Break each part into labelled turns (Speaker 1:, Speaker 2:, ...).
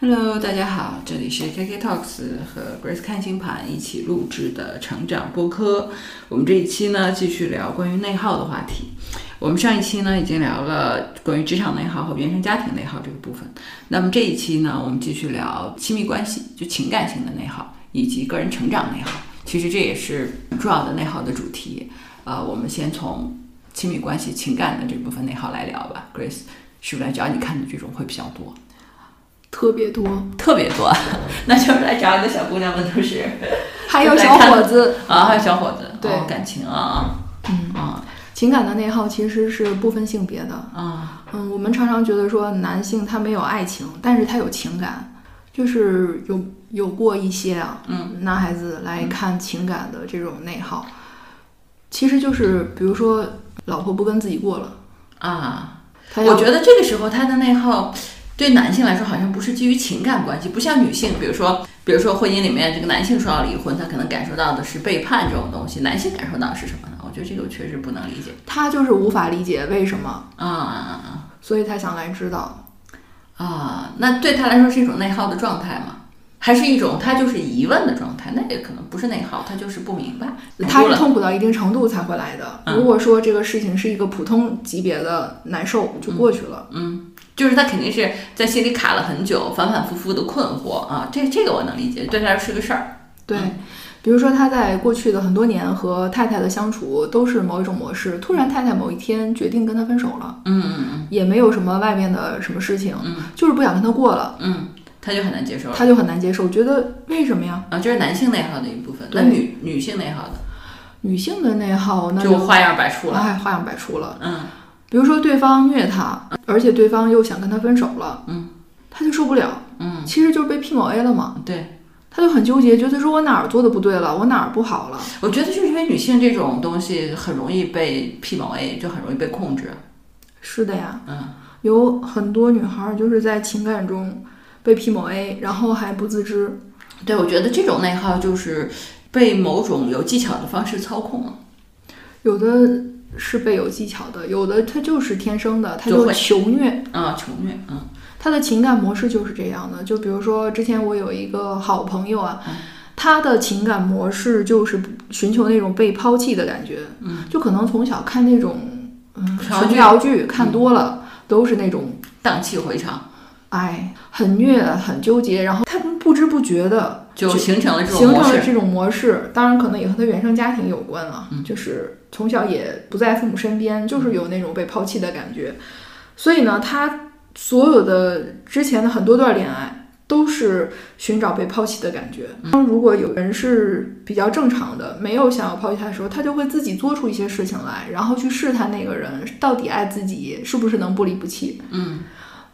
Speaker 1: Hello，大家好，这里是 KK Talks 和 Grace 看星盘一起录制的成长播客。我们这一期呢，继续聊关于内耗的话题。我们上一期呢已经聊了关于职场内耗和原生家庭内耗这个部分，那么这一期呢，我们继续聊亲密关系，就情感型的内耗以及个人成长内耗。其实这也是很重要的内耗的主题。呃，我们先从亲密关系、情感的这部分内耗来聊吧。Grace，是不是来找你看的这种会比较多？
Speaker 2: 特别多，
Speaker 1: 特别多， 那就是来找你的小姑娘们都是
Speaker 2: 还有小伙子，
Speaker 1: 啊，还有小伙子，
Speaker 2: 对
Speaker 1: 哦感情啊，
Speaker 2: 嗯，
Speaker 1: 啊
Speaker 2: 情感的内耗其实是不分性别的。
Speaker 1: 啊
Speaker 2: 嗯，我们常常觉得说男性他没有爱情，但是他有情感，就是有有过一些啊，
Speaker 1: 嗯，
Speaker 2: 男孩子来看情感的这种内耗，其实就是比如说老婆不跟自己过了，
Speaker 1: 啊！
Speaker 2: 他要
Speaker 1: 我觉得这个时候他的内耗，对男性来说好像不是基于情感关系，不像女性，比如说，比如说婚姻里面这个男性说要离婚，他可能感受到的是背叛这种东西，男性感受到的是什么呢？我觉得这个我确实不能理解
Speaker 2: 他就是无法理解为什么，
Speaker 1: 啊啊
Speaker 2: 所以他想来知道。
Speaker 1: 啊啊！那对他来说是一种内耗的状态吗？还是一种他就是疑问的状态？那也可能不是内耗，他就是不明白。
Speaker 2: 他
Speaker 1: 糊
Speaker 2: 是
Speaker 1: 了
Speaker 2: 痛苦到一定程度才会来的。
Speaker 1: 嗯
Speaker 2: 如果说这个事情是一个普通级别的难受，就过去了。
Speaker 1: 嗯，就是他肯定是在心里卡了很久，反反复复的困惑啊，这这个我能理解，对他来说是个事儿。
Speaker 2: 对，比如说他在过去的很多年和太太的相处都是某一种模式，突然太太某一天决定跟他分手了，
Speaker 1: 嗯嗯
Speaker 2: 也没有什么外面的什么事情，
Speaker 1: 嗯
Speaker 2: 就是不想跟他过了，
Speaker 1: 嗯嗯，他就很难接受了
Speaker 2: 他就很难接受，觉得为什么呀？
Speaker 1: 啊，这是男性内耗的一部分，那
Speaker 2: 对
Speaker 1: 女女性内耗的
Speaker 2: 女性的内耗那
Speaker 1: 就花样百出了。
Speaker 2: 哎花样百出了，
Speaker 1: 嗯
Speaker 2: 比如说对方虐他，而且对方又想跟他分手了，
Speaker 1: 嗯，
Speaker 2: 他就受不了，
Speaker 1: 嗯，
Speaker 2: 其实就是被 P 某 A 了嘛，
Speaker 1: 对，
Speaker 2: 他就很纠结，觉得说我哪儿做的不对了，我哪儿不好了，
Speaker 1: 我觉得就是因为女性这种东西很容易被 P 毛 A，就很容易被控制。
Speaker 2: 是的呀，
Speaker 1: 嗯
Speaker 2: 有很多女孩儿就是在情感中被 P 某 A，然后还不自知。
Speaker 1: 对，我觉得这种内耗就是被某种有技巧的方式操控了。
Speaker 2: 有的是被有技巧的，有的她就是天生的，她
Speaker 1: 就
Speaker 2: 就
Speaker 1: 会
Speaker 2: 求虐，
Speaker 1: 啊，求虐，嗯
Speaker 2: 她的情感模式就是这样的。就比如说，之前我有一个好朋友啊
Speaker 1: 嗯，
Speaker 2: 她的情感模式就是寻求那种被抛弃的感觉，
Speaker 1: 嗯，
Speaker 2: 就可能从小看那种嗯
Speaker 1: 琼瑶
Speaker 2: 琼
Speaker 1: 剧
Speaker 2: 瑶剧看多了，都是那种
Speaker 1: 荡气回肠，
Speaker 2: 哎很虐、很纠结，然后她不知不觉的。
Speaker 1: 就
Speaker 2: 就
Speaker 1: 形成了这种
Speaker 2: 形成
Speaker 1: 模
Speaker 2: 了
Speaker 1: 式。
Speaker 2: 这种模式，当然可能也和他原生家庭有关了，
Speaker 1: 嗯
Speaker 2: 就是从小也不在父母身边，就是有那种被抛弃的感觉。所以呢，他所有的之前的很多段恋爱都是寻找被抛弃的感觉。
Speaker 1: 嗯
Speaker 2: 当如果有人是比较正常的，没有想要抛弃他的时候，他就会自己做出一些事情来，然后去试探那个人到底爱自己是不是能不离不弃。
Speaker 1: 嗯。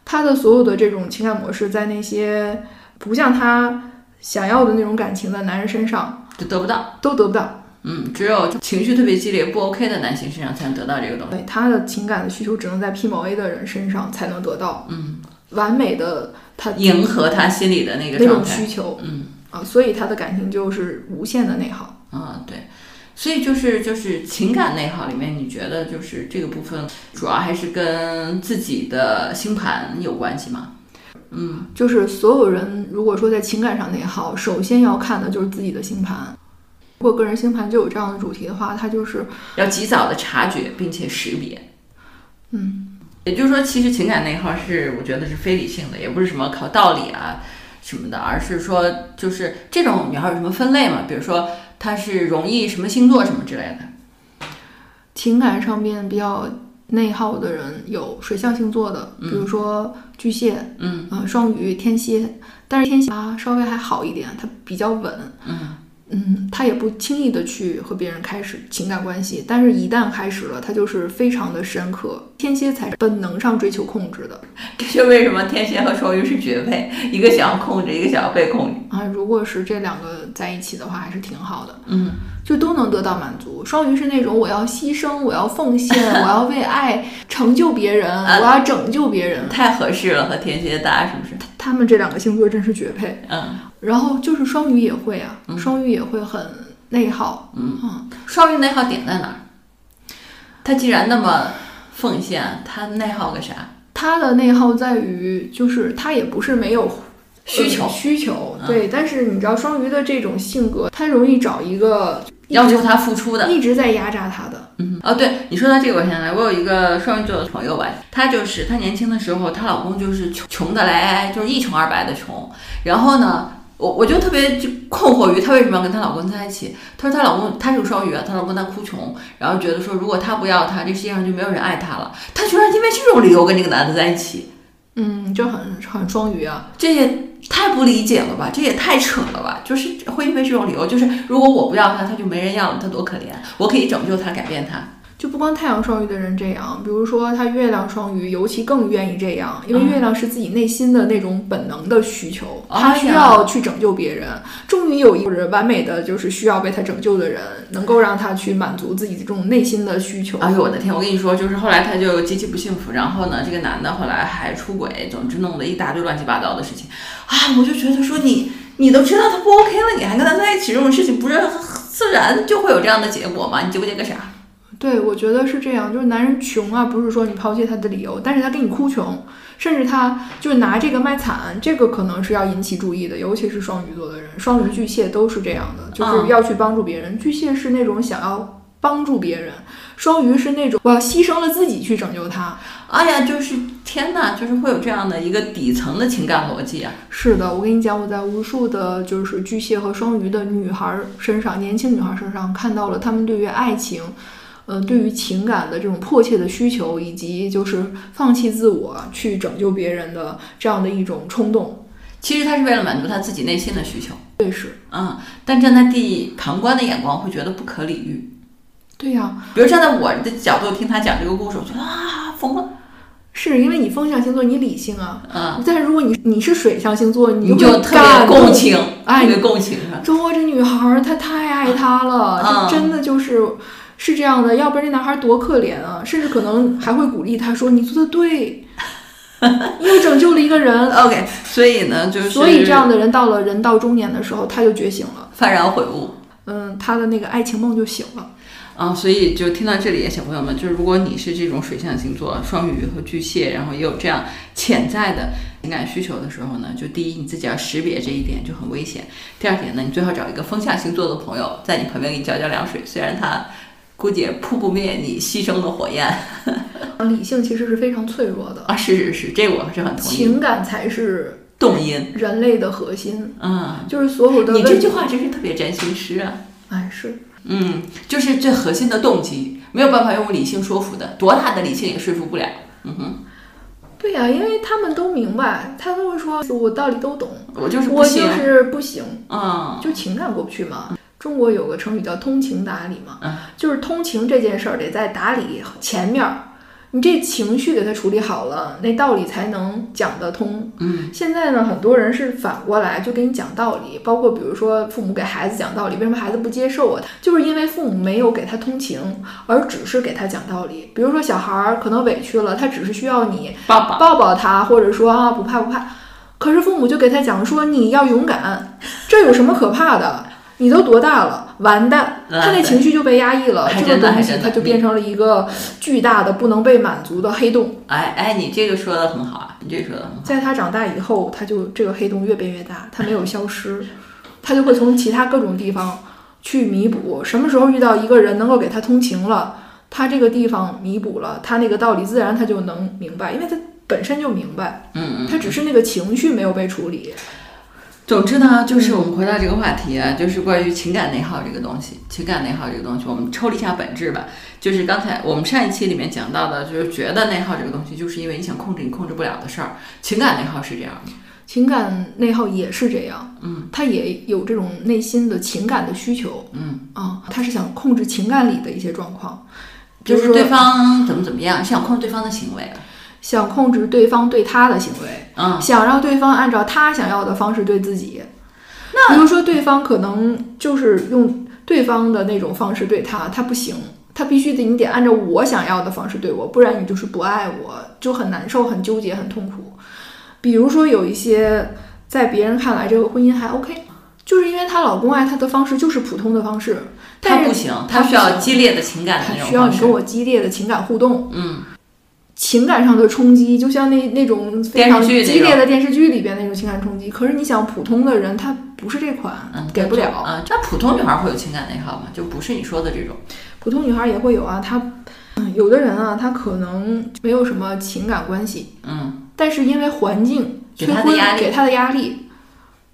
Speaker 2: 他的所有的这种情感模式，在那些不像他想要的那种感情的男人身上
Speaker 1: 就得不到。
Speaker 2: 都得不到。
Speaker 1: 嗯，只有情绪特别激烈、不 OK 的男性身上才能得到这个东西。
Speaker 2: 对他的情感的需求，只能在 P 某 A 的人身上才能得到
Speaker 1: 嗯，
Speaker 2: 完美的他
Speaker 1: 迎合他心里的那个
Speaker 2: 那
Speaker 1: 状
Speaker 2: 种
Speaker 1: 态。
Speaker 2: 需求
Speaker 1: 嗯，
Speaker 2: 啊，所以他的感情就是无限的内耗。
Speaker 1: 啊，对。所以就是就是情感内耗里面，你觉得就是这个部分主要还是跟自己的星盘有关系吗？嗯
Speaker 2: 就是所有人如果说在情感上内耗，首先要看的就是自己的星盘。如果个人星盘就有这样的主题的话，它就是
Speaker 1: 要及早的察觉并且识别。
Speaker 2: 嗯，
Speaker 1: 也就是说，其实情感内耗是我觉得是非理性的，也不是什么靠道理啊什么的，而是说就是这种女孩有什么分类吗？比如说她是容易什么星座什么之类的。
Speaker 2: 情感上面比较内耗的人有水象星座的，比如说巨蟹、
Speaker 1: 嗯
Speaker 2: 嗯、双鱼、天蝎，但是天蝎啊稍微还好一点，他比较稳，
Speaker 1: 嗯
Speaker 2: 嗯，他也不轻易的去和别人开始情感关系，但是一旦开始了，他就是非常的深刻。天蝎才是本能上追求控制的，
Speaker 1: 这就为什么天蝎和双鱼是绝配，一个想要控制，一个想要被控制。
Speaker 2: 啊，如果是这两个在一起的话，还是挺好的，
Speaker 1: 嗯，
Speaker 2: 就都能得到满足。双鱼是那种我要牺牲，我要奉献，我要为爱成就别人，我要拯救别人，
Speaker 1: 太合适了，和天蝎搭是不是？
Speaker 2: 他们这两个星座真是绝配。
Speaker 1: 嗯
Speaker 2: 然后就是双鱼也会啊，双鱼也会很内耗，
Speaker 1: 嗯，
Speaker 2: 嗯，
Speaker 1: 双鱼内耗点在哪儿？他既然那么奉献，他内耗个啥？
Speaker 2: 他的内耗在于就是他也不是没有
Speaker 1: 需求嗯
Speaker 2: 呃需求，对。但是你知道，双鱼的这种性格，他容易找一个
Speaker 1: 要求他付出的。
Speaker 2: 一直在压榨他的，
Speaker 1: 嗯哦，对你说到这个，我想起来，我有一个双鱼座的朋友吧，她就是她年轻的时候，她老公就是穷穷的来，就是一穷二白的穷。然后呢，我我就特别就困惑于她为什么要跟她老公在一起。她说她老公她是个双鱼啊，她老公她哭穷，然后觉得说如果她不要他，这世界上就没有人爱她了。她居然因为这种理由跟这个男的在一起，
Speaker 2: 嗯，就很很双鱼啊。
Speaker 1: 这也。太不理解了吧，这也太扯了吧！就是会因为这种理由，就是如果我不要他，他就没人要了，他多可怜！我可以拯救他，改变他。
Speaker 2: 就不光太阳双鱼的人这样，比如说他月亮双鱼，尤其更愿意这样，
Speaker 1: 嗯
Speaker 2: 因为月亮是自己内心的那种本能的需求，
Speaker 1: 哎呀
Speaker 2: 他需要去拯救别人。终于有一个完美的，就是需要被他拯救的人，能够让他去满足自己这种内心的需求。
Speaker 1: 哎呦我的天！我跟你说，就是后来她就极其不幸福，然后呢，这个男的后来还出轨，总之弄得一大堆乱七八糟的事情啊！我就觉得说你你都知道他不 OK 了，你还跟他在一起，这种事情不是很自然就会有这样的结果吗？你纠结个啥？
Speaker 2: 对，我觉得是这样，就是男人穷啊，不是说你抛弃他的理由，但是他给你哭穷，甚至他就是拿这个卖惨，这个可能是要引起注意的，尤其是双鱼座的人，双鱼、巨蟹都是这样的，就是
Speaker 1: 嗯
Speaker 2: 要去帮助别人。巨蟹是那种想要帮助别人，双鱼是那种我要牺牲了自己去拯救他。
Speaker 1: 哎呀，就是天哪，就是会有这样的一个底层的情感逻辑啊！
Speaker 2: 是的，我跟你讲，我在无数的就是巨蟹和双鱼的女孩儿身上，年轻女孩儿身上看到了她们对于爱情，呃，对于情感的这种迫切的需求，以及就是放弃自我去拯救别人的这样的一种冲动。
Speaker 1: 其实他是为了满足他自己内心的需求，
Speaker 2: 对，是，
Speaker 1: 嗯，但站在第旁观的眼光会觉得不可理喻。
Speaker 2: 对呀、
Speaker 1: 比如站在我的角度听他讲这个故事，我觉得啊疯了，
Speaker 2: 是因为你风象星座你理性啊，
Speaker 1: 嗯，
Speaker 2: 但是如果你你是水象星座，
Speaker 1: 你
Speaker 2: 你
Speaker 1: 就
Speaker 2: 就
Speaker 1: 特别共
Speaker 2: 共
Speaker 1: 情，
Speaker 2: 哎
Speaker 1: 特别共情是吧？
Speaker 2: 中国这女孩儿，她太爱他了，
Speaker 1: 嗯
Speaker 2: 就真的就是是这样的，要不然这男孩儿多可怜啊！甚至可能还会鼓励他说：“你做的对， 你又拯救了一个人。
Speaker 1: OK，所以呢，就是
Speaker 2: 所以这样的人到了人到中年的时候，他就觉醒了，
Speaker 1: 幡然悔悟
Speaker 2: 嗯，他的那个爱情梦就醒了。
Speaker 1: 啊。所以就听到这里，小朋友们，就是如果你是这种水象星座，双鱼和巨蟹，然后也有这样潜在的情感需求的时候呢，就第一你自己要识别这一点就很危险。第二点呢，你最好找一个风象星座的朋友在你旁边给你浇浇凉水，虽然他估计也扑不灭你牺牲的火焰
Speaker 2: 理性其实是非常脆弱的，
Speaker 1: 啊。是是是，这我是很同意。
Speaker 2: 情感才是
Speaker 1: 动因，
Speaker 2: 人类的核心，
Speaker 1: 嗯，
Speaker 2: 就是所有的
Speaker 1: 你这
Speaker 2: 问
Speaker 1: 句话真是特别占心师啊。
Speaker 2: 哎是
Speaker 1: 嗯，就是最核心的动机，没有办法用理性说服的，多大的理性也说服不了。嗯哼，
Speaker 2: 对呀、因为他们都明白，他都会说我道理都懂，
Speaker 1: 我就是不
Speaker 2: 我
Speaker 1: 信
Speaker 2: 就。是不行。
Speaker 1: 嗯，
Speaker 2: 就情感过不去嘛。中国有个成语叫通情达理嘛，
Speaker 1: 嗯
Speaker 2: 就是通情这件事儿得在达理前面儿，你这情绪给它处理好了，那道理才能讲得通。
Speaker 1: 嗯，
Speaker 2: 现在呢，很多人是反过来就给你讲道理，包括比如说父母给孩子讲道理，为什么孩子不接受啊？就是因为父母没有给他通情，而只是给他讲道理。比如说小孩儿可能委屈了，他只是需要你
Speaker 1: 爸爸，
Speaker 2: 抱抱他，或者说啊不怕不怕。可是父母就给他讲说你要勇敢， 这有什么可怕的？你都多大了？完蛋！
Speaker 1: 完蛋
Speaker 2: 他那情绪就被压抑了，
Speaker 1: 嗯还
Speaker 2: 这
Speaker 1: 真
Speaker 2: 个
Speaker 1: 的
Speaker 2: 东
Speaker 1: 还
Speaker 2: 西
Speaker 1: 真的
Speaker 2: 它就变成了一个巨大的不能被满足的黑洞。
Speaker 1: 哎哎，你这个说的很好啊，你这个说的很好。
Speaker 2: 在他长大以后，他就这个黑洞越变越大，他没有消失，他就会从其他各种地方去弥补。什么时候遇到一个人能够给他通情了，他这个地方弥补了，他那个道理自然他就能明白，因为他本身就明白。
Speaker 1: 嗯嗯。
Speaker 2: 他只是那个情绪没有被处理。
Speaker 1: 总之
Speaker 2: 嗯
Speaker 1: 呢，就是我们回到这个话题啊，就是关于情感内耗这个东西。情感内耗这个东西，我们抽离一下本质吧。就是刚才我们上一期里面讲到的，就是觉得内耗这个东西，就是因为你想控制你控制不了的事儿。情感内耗是这样的。
Speaker 2: 情感内耗也是这样，
Speaker 1: 嗯，
Speaker 2: 他也有这种内心的情感的需求，
Speaker 1: 嗯
Speaker 2: 啊，他是想控制情感里的一些状况，比
Speaker 1: 就
Speaker 2: 如
Speaker 1: 是对
Speaker 2: 说
Speaker 1: 方怎么怎么样，是想控制对方的行为。啊
Speaker 2: 想控制对方对他的行为，
Speaker 1: 嗯，
Speaker 2: 想让对方按照他想要的方式对自己。那比如说，对方可能就是用对方的那种方式对他，他不行，他必须得你得按照我想要的方式对我，不然你就是不爱我，就很难受、很纠结、很痛苦。比如说，有一些在别人看来这个婚姻还 OK，就是因为她老公爱她的方式就是普通的方式，
Speaker 1: 他
Speaker 2: 但
Speaker 1: 不
Speaker 2: 是
Speaker 1: 行，
Speaker 2: 他
Speaker 1: 他
Speaker 2: 不
Speaker 1: 需要
Speaker 2: 行
Speaker 1: 激烈的情感的
Speaker 2: 她
Speaker 1: 那种
Speaker 2: 需要
Speaker 1: 方
Speaker 2: 你
Speaker 1: 式
Speaker 2: 跟。我激烈的情感互动。
Speaker 1: 嗯，
Speaker 2: 情感上的冲击，就像那那种非常
Speaker 1: 电视剧那种
Speaker 2: 激烈的电视剧里边那种情感冲击。可是你想，普通的人他不是这款，
Speaker 1: 嗯，
Speaker 2: 给不了。
Speaker 1: 啊。那普通女孩会有情感内耗吗？就不是你说的这种，
Speaker 2: 普通女孩也会有啊，她嗯有的人啊，她可能没有什么情感关系，
Speaker 1: 嗯，
Speaker 2: 但是因为环境
Speaker 1: 给
Speaker 2: 催
Speaker 1: 她的
Speaker 2: 婚
Speaker 1: 压力
Speaker 2: 给她的压力，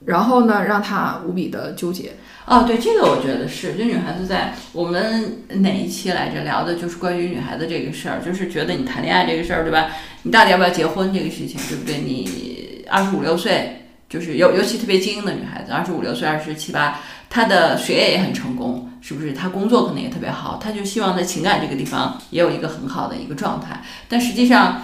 Speaker 2: 然后呢，让她无比的纠结。
Speaker 1: 哦，对，这个我觉得是，就女孩子在我们哪一期来着聊的，就是关于女孩子这个事儿，就是觉得你谈恋爱这个事儿，对吧？你到底要不要结婚这个事情，对不对？你二十五六岁，就是尤尤其特别精英的女孩子，二十五六岁、二十七八，她的学业也很成功，是不是？她工作可能也特别好，她就希望在情感这个地方也有一个很好的一个状态，但实际上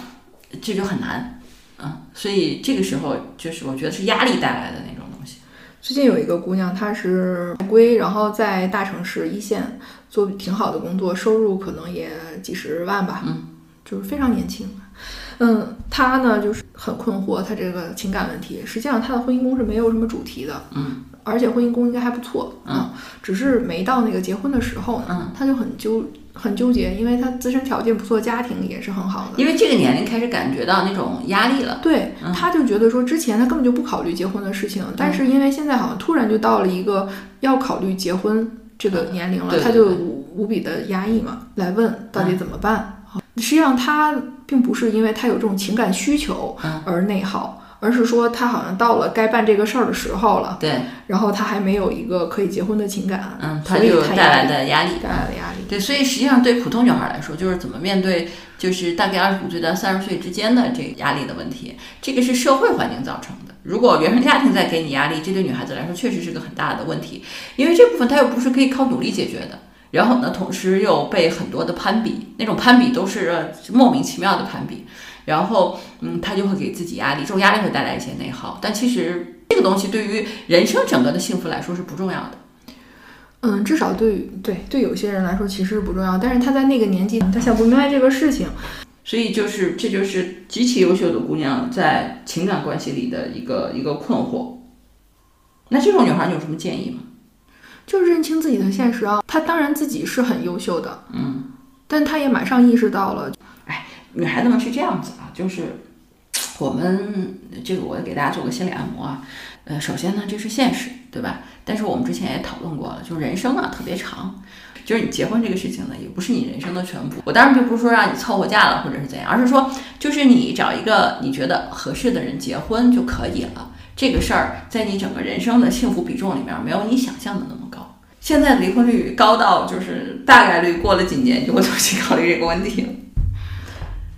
Speaker 1: 这就很难，嗯，所以这个时候就是我觉得是压力带来的那种东西，
Speaker 2: 最近有一个姑娘，她是海归，然后在大城市一线做挺好的工作，收入可能也几十万吧，
Speaker 1: 嗯，
Speaker 2: 就是非常年轻。嗯，她呢就是很困惑，她这个情感问题。实际上，她的婚姻宫是没有什么主题的，
Speaker 1: 嗯，
Speaker 2: 而且婚姻宫应该还不错，
Speaker 1: 嗯
Speaker 2: 啊，只是没到那个结婚的时候呢，
Speaker 1: 嗯
Speaker 2: 她就很纠很纠结，因为她自身条件不错，家庭也是很好的，
Speaker 1: 因为这个年龄开始感觉到那种压力了。
Speaker 2: 对，
Speaker 1: 嗯
Speaker 2: 他就觉得说之前他根本就不考虑结婚的事情，但是因为现在好像突然就到了一个要考虑结婚这个年龄了，
Speaker 1: 呃对对嗯
Speaker 2: 他就无无比的压抑嘛，来问到底怎么办。实际上他并不是因为他有这种情感需求
Speaker 1: 嗯
Speaker 2: 而内耗，而是说他好像到了该办这个事儿的时候了，
Speaker 1: 对，
Speaker 2: 然后他还没有一个可以结婚的情感，
Speaker 1: 嗯，它
Speaker 2: 所以
Speaker 1: 就
Speaker 2: 他
Speaker 1: 带来
Speaker 2: 压力
Speaker 1: 的压力。
Speaker 2: 带来的压力。
Speaker 1: 对，所以实际上对普通女孩来说，就是怎么面对就是大概二十五岁到三十岁之间的这个压力的问题，这个是社会环境造成的。如果原生家庭再给你压力，这对女孩子来说确实是个很大的问题，因为这部分她又不是可以靠努力解决的。然后呢，同时又被很多的攀比，那种攀比都是呃莫名其妙的攀比。然后，嗯，她就会给自己压力，这种压力会带来一些内耗。但其实这个东西对于人生整个的幸福来说是不重要的。
Speaker 2: 嗯，至少对于对对有些人来说其实不重要，但是他在那个年纪，他想不明白这个事情，
Speaker 1: 所以就是，这就是极其优秀的姑娘在情感关系里的一个一个困惑。那这种女孩，你有什么建议吗？
Speaker 2: 就是认清自己的现实啊。她当然自己是很优秀的，嗯，但她也马上意识到了，
Speaker 1: 女孩子们是这样子啊，就是我们这个我给大家做个心理按摩啊。呃，首先呢，这是现实，对吧？但是我们之前也讨论过了，就是人生啊特别长，就是你结婚这个事情呢，也不是你人生的全部。我当然并不是说让你凑合嫁了或者是怎样，而是说就是你找一个你觉得合适的人结婚就可以了。这个事儿在你整个人生的幸福比重里面，没有你想象的那么高。现在离婚率高到就是大概率过了几年就会重新考虑这个问题了。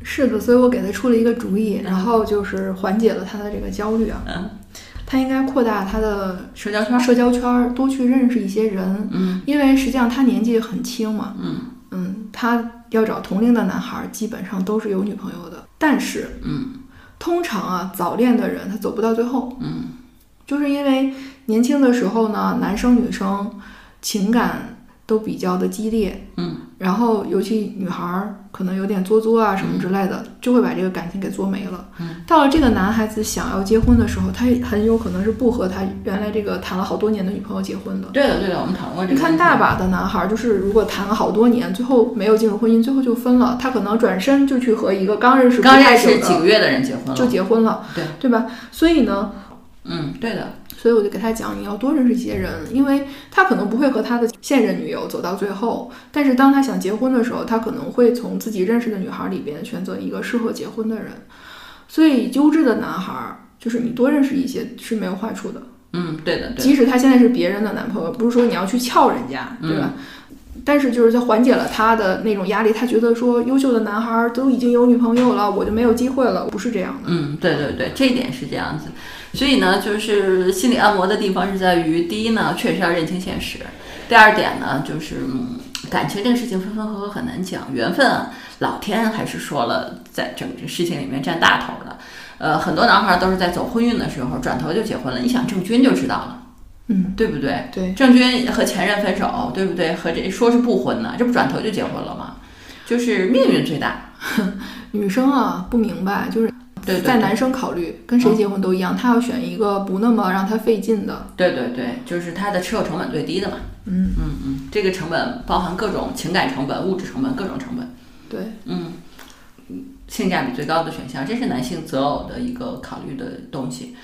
Speaker 2: 是的，所以我给她出了一个主意，然后就是缓解了她的这个焦虑啊。
Speaker 1: 嗯，
Speaker 2: 她应该扩大她的
Speaker 1: 社交圈儿，
Speaker 2: 社交圈儿，多去认识一些人，
Speaker 1: 嗯，
Speaker 2: 因为实际上她年纪很轻嘛，
Speaker 1: 嗯
Speaker 2: 嗯，她要找同龄的男孩儿，基本上都是有女朋友的，但是
Speaker 1: 嗯。
Speaker 2: 通常啊，早恋的人他走不到最后，
Speaker 1: 嗯，
Speaker 2: 就是因为年轻的时候呢，男生女生情感都比较的激烈，
Speaker 1: 嗯，
Speaker 2: 然后尤其女孩儿可能有点作作啊什么之类的，就会把这个感情给作没了。
Speaker 1: 嗯
Speaker 2: 到了这个男孩子想要结婚的时候，他很有可能是不和他原来这个谈了好多年的女朋友结婚的。
Speaker 1: 对的，对的，我们讨论过这个。
Speaker 2: 你看大，把的男孩儿，就是如果谈了好多年，最后没有进入婚姻，最后就分了，他可能转身就去和一个刚认识不
Speaker 1: 刚认
Speaker 2: 太
Speaker 1: 识
Speaker 2: 久
Speaker 1: 几
Speaker 2: 的
Speaker 1: 个月的人结婚了，
Speaker 2: 就结婚了，
Speaker 1: 对
Speaker 2: 对吧？所以呢，
Speaker 1: 嗯，对的，
Speaker 2: 所以我就给他讲，你要多认识一些人，因为他可能不会和他的现任女友走到最后，但是当他想结婚的时候，他可能会从自己认识的女孩里边选择一个适合结婚的人。所以优质的男孩儿，就是你多认识一些是没有坏处的，
Speaker 1: 嗯，对的，对的，
Speaker 2: 即使他现在是别人的男朋友，不是说你要去撬人家，对吧？但是就是他缓解了他的那种压力，他觉得说优秀的男孩儿都已经有女朋友了，我就没有机会了，不是这样的。
Speaker 1: 嗯，对对对，这一点是这样子。所以呢，就是心理按摩的地方是在于，第一呢，确实啊要认清现实；第二点呢，就是、嗯、感情这个事情分分合合很难讲，缘分啊老天还是说了，在整个事情里面占大头的。呃，很多男孩都是在走婚运的时候转头就结婚了，你想郑钧就知道了，
Speaker 2: 嗯，
Speaker 1: 对不对？
Speaker 2: 对。
Speaker 1: 郑钧和前任分手，对不对？和这说是不婚呢，这不转头就结婚了吗？就是命运最大，
Speaker 2: 女生啊，不明白，就是
Speaker 1: 对对嗯
Speaker 2: 在
Speaker 1: 对
Speaker 2: 男生考虑跟谁结婚都一样，他要选一个不那么让他费劲的。
Speaker 1: 对对对，就是他的持有成本最低的嘛。
Speaker 2: 嗯
Speaker 1: 嗯嗯，这个成本包含各种情感成本、物质成本、各种成本。
Speaker 2: 对，
Speaker 1: 嗯，性价比最高的选项，这是男性择偶的一个考虑的东西。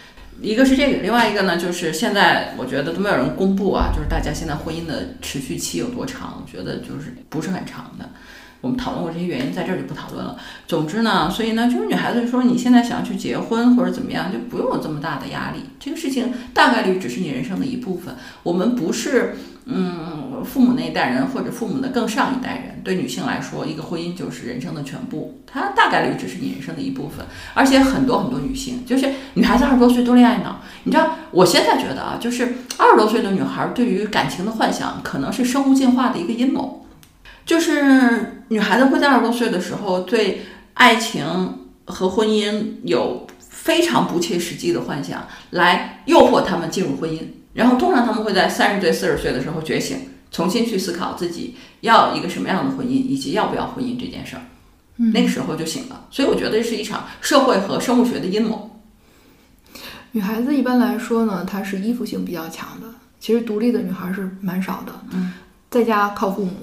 Speaker 1: 一个是这个，另外一个呢，就是现在我觉得都没有人公布啊，就是大家现在婚姻的持续期有多长，我觉得就是不是很长的。我们讨论过这些原因，在这儿就不讨论了。总之呢，所以呢，就是女孩子说你现在想要去结婚或者怎么样，就不用有这么大的压力。这个事情大概率只是你人生的一部分。我们不是嗯父母那一代人或者父母的更上一代人，对女性来说，一个婚姻就是人生的全部，它大概率只是你人生的一部分。而且很多很多女性，就是女孩子二十多岁多恋爱脑，你知道，我现在觉得啊，就是二十多岁的女孩对于感情的幻想，可能是生物进化的一个阴谋。就是女孩子会在二十多岁的时候对爱情和婚姻有非常不切实际的幻想，来诱惑他们进入婚姻。然后通常他们会在三十岁、四十岁的时候觉醒，重新去思考自己要一个什么样的婚姻，以及要不要婚姻这件事儿。
Speaker 2: 嗯
Speaker 1: 那个时候就醒了。所以我觉得是一场社会和生物学的阴谋。
Speaker 2: 女孩子一般来说呢，她是依附性比较强的，其实独立的女孩是蛮少的。
Speaker 1: 嗯，
Speaker 2: 在家靠父母，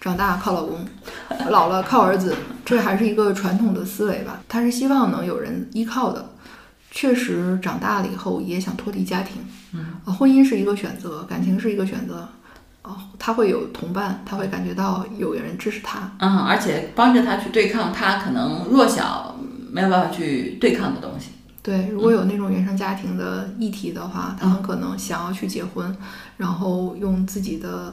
Speaker 2: 长大靠老公，老了靠儿子，这还是一个传统的思维吧。她是希望能有人依靠的。确实，长大了以后也想脱离家庭。
Speaker 1: 嗯
Speaker 2: 啊，婚姻是一个选择，感情是一个选择。哦，她会有同伴，她会感觉到有人支持她。
Speaker 1: 嗯，而且帮着他去对抗他可能弱小没有办法去对抗的东西。
Speaker 2: 对，如果有那种原生家庭的议题的
Speaker 1: 嗯
Speaker 2: 话，他们可能想要去结婚，然后用自己的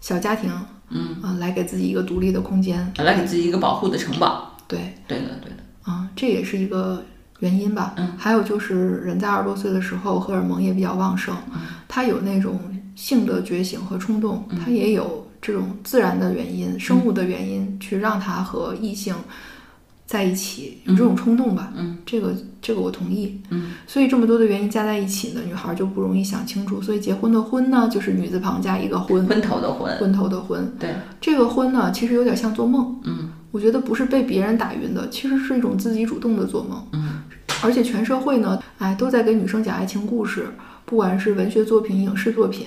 Speaker 2: 小家庭，
Speaker 1: 嗯，
Speaker 2: 啊、来给自己一个独立的空间。
Speaker 1: 来给自己一个保护的城堡。
Speaker 2: 对，
Speaker 1: 对的，对的。
Speaker 2: 啊、这也是一个原因吧。
Speaker 1: 嗯，
Speaker 2: 还有就是人在二十多岁的时候，荷尔蒙也比较旺盛，
Speaker 1: 嗯
Speaker 2: 他有那种性的觉醒和冲动，
Speaker 1: 嗯
Speaker 2: 他也有这种自然的原因、生物的原因去让他和异性在一起，有这种冲动吧。
Speaker 1: 嗯，
Speaker 2: 这个这个我同意。
Speaker 1: 嗯，
Speaker 2: 所以这么多的原因加在一起呢，女孩就不容易想清楚。所以结婚的婚呢，就是女字旁加一个昏，
Speaker 1: 昏头的昏，
Speaker 2: 昏头的昏。
Speaker 1: 对，
Speaker 2: 这个昏呢，其实有点像做梦。
Speaker 1: 嗯
Speaker 2: 我觉得不是被别人打晕的，其实是一种自己主动的做梦。
Speaker 1: 嗯
Speaker 2: 而且全社会呢，哎，都在给女生讲爱情故事，不管是文学作品、影视作品，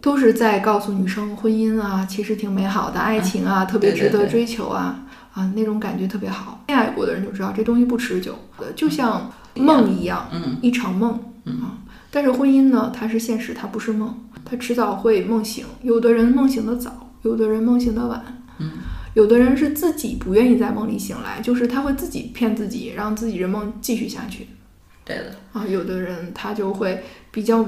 Speaker 2: 都是在告诉女生婚姻啊，其实挺美好的，爱情啊，特别
Speaker 1: 嗯对
Speaker 2: 值
Speaker 1: 对
Speaker 2: 得
Speaker 1: 对
Speaker 2: 追求啊，啊，那种感觉特别好。恋爱过的人就知道，这东西不持久的，就像梦一样，
Speaker 1: 嗯
Speaker 2: 一场梦
Speaker 1: 嗯
Speaker 2: 啊。但是婚姻呢，它是现实，它不是梦，它迟早会梦醒。有的人梦醒的早，有的人梦醒的晚。
Speaker 1: 嗯
Speaker 2: 有的人是自己不愿意在梦里醒来，就是他会自己骗自己，让自己的梦继续下去
Speaker 1: 对的，
Speaker 2: 啊。有的人他就会比较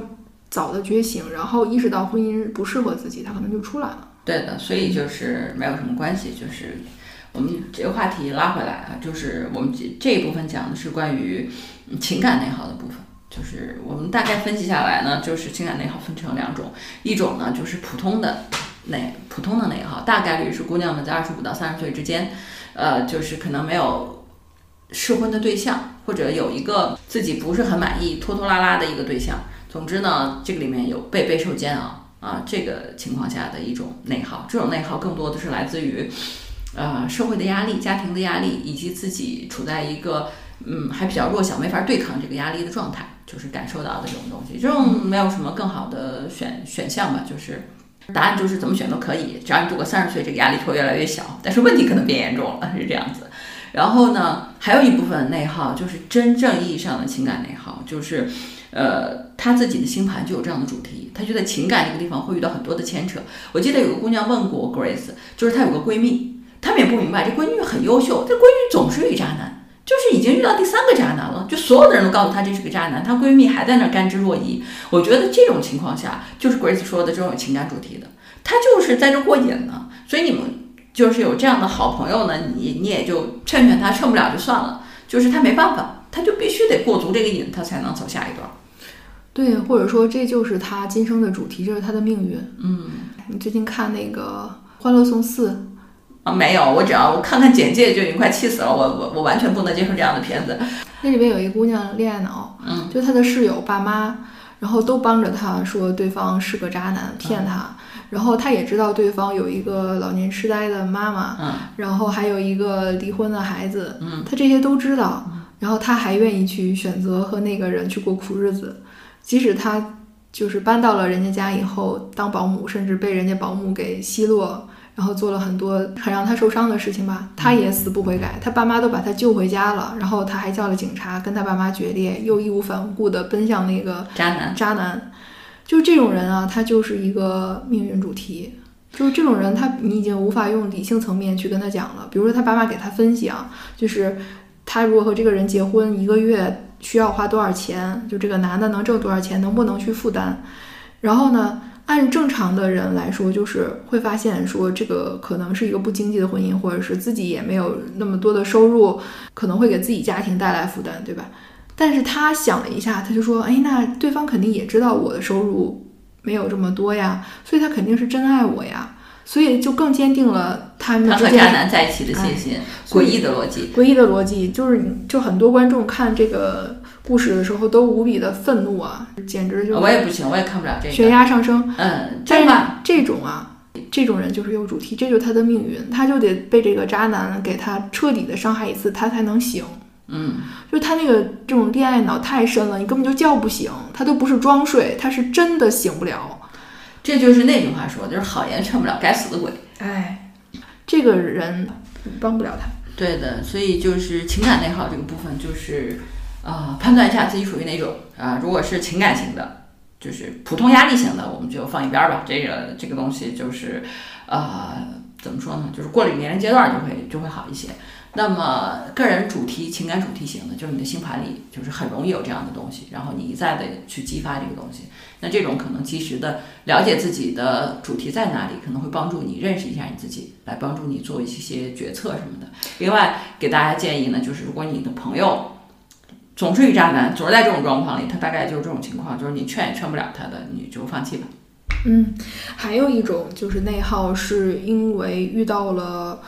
Speaker 2: 早的觉醒，然后意识到婚姻不适合自己，他可能就出来了。
Speaker 1: 对的，所以就是没有什么关系，就是我们这个话题拉回来啊，就是我们这这一部分讲的是关于嗯情感内耗的部分。就是我们大概分析下来呢，就是情感内耗分成两种，一种呢就是普通的内普通的内耗，大概率是姑娘们在二十五到三十岁之间，呃，就是可能没有适婚的对象，或者有一个自己不是很满意、拖拖拉拉的一个对象。总之呢，这个里面有被备受煎熬啊这个情况下的一种内耗，这种内耗更多的是来自于呃社会的压力、家庭的压力，以及自己处在一个嗯还比较弱小、没法对抗这个压力的状态，就是感受到的这种东西。这种没有什么更好的选选项吧，就是。答案就是怎么选都可以，只要你度过三十岁，这个压力就会越来越小。但是问题可能变严重了，是这样子。然后呢，还有一部分内耗，就是真正意义上的情感内耗，就是，呃，他自己的星盘就有这样的主题，他就在情感这个地方会遇到很多的牵扯。我记得有个姑娘问过 Grace，就是她有个闺蜜，她们也不明白，这闺蜜很优秀，这闺蜜总是遇渣男，就是已经遇到第三个渣男了，就所有的人都告诉她这是个渣男，她闺蜜还在那儿甘之若饴。我觉得这种情况下，就是 Grace 说的这种有情感主题的，她就是在这过瘾呢。所以你们就是有这样的好朋友呢，你你也就劝劝他，劝不了就算了，就是他没办法，他就必须得过足这个瘾，他才能走下一段。
Speaker 2: 对，或者说这就是他今生的主题，这是他的命运。
Speaker 1: 嗯，
Speaker 2: 你最近看那个《欢乐颂四》，
Speaker 1: 啊，没有，我只要我看看简介就已经快气死了，我我我完全不能接受这样的片子。
Speaker 2: 那里边有一姑娘恋爱脑，
Speaker 1: 嗯，
Speaker 2: 就她的室友、爸妈，然后都帮着她说对方是个渣男，骗
Speaker 1: 嗯
Speaker 2: 她。然后她也知道对方有一个老年痴呆的妈妈，
Speaker 1: 嗯
Speaker 2: 然后还有一个离婚的孩子，
Speaker 1: 嗯，
Speaker 2: 她这些都知道。然后她还愿意去选择和那个人去过苦日子，即使她就是搬到了人家家以后当保姆，甚至被人家保姆给奚落，然后做了很多很让他受伤的事情吧，他也死不悔改，他爸妈都把他救回家了，然后他还叫了警察，跟他爸妈决裂，又义无反顾地奔向那个
Speaker 1: 渣男。
Speaker 2: 渣男。就是这种人啊，他就是一个命运主题。就是这种人他，你已经无法用理性层面去跟他讲了。比如说他爸妈给他分析啊，就是他如果和这个人结婚，一个月需要花多少钱，就这个男的能挣多少钱，能不能去负担。然后呢，按正常的人来说，就是会发现说这个可能是一个不经济的婚姻，或者是自己也没有那么多的收入，可能会给自己家庭带来负担，对吧？但是他想了一下，他就说：“哎，那对方肯定也知道我的收入没有这么多呀，所以他肯定是真爱我呀，所以就更坚定了他们
Speaker 1: 他
Speaker 2: 之
Speaker 1: 和
Speaker 2: 间
Speaker 1: 渣男在一起的
Speaker 2: 哎
Speaker 1: 信心，诡异的逻辑。
Speaker 2: 唯一的逻辑就是你，就很多观众看这个故事的时候都无比的愤怒啊，简直就
Speaker 1: 我也不行，我也看不了这
Speaker 2: 悬
Speaker 1: 个。
Speaker 2: 崖上升。
Speaker 1: 嗯，
Speaker 2: 但
Speaker 1: 真
Speaker 2: 是
Speaker 1: 的，
Speaker 2: 这种啊，这种人就是有主题，这就是他的命运，他就得被这个渣男给他彻底的伤害一次，他才能醒。
Speaker 1: 嗯，
Speaker 2: 就是他那个这种恋爱脑太深了，你根本就叫不醒，他都不是装睡，他是真的醒不了。
Speaker 1: 这就是那句话说的，就是好言劝不了该死的鬼。
Speaker 2: 哎，这个人帮不了他。
Speaker 1: 对的，所以就是情感内耗这个部分，就是啊、呃判断一下自己属于哪种啊、如果是情感型的，就是普通压力型的，我们就放一边儿吧。这个这个东西就是呃，怎么说呢？就是过了年龄阶段就会就会好一些。那么个人主题、情感主题型的，就是呃你的星盘里就是呃很容易有这样的东西，然后你一再的去激发这个东西。那这种可能及时的了解自己的主题在哪里，可能会帮助你认识一下你自己，来帮助你做一些决策什么的。另外，给大家建议呢，就是如果你的朋友总是遇渣男，总是在这种状况里，他大概就是这种情况，就是你劝也劝不了他的，你就放弃吧。
Speaker 2: 嗯，还有一种就是内耗，是因为遇到了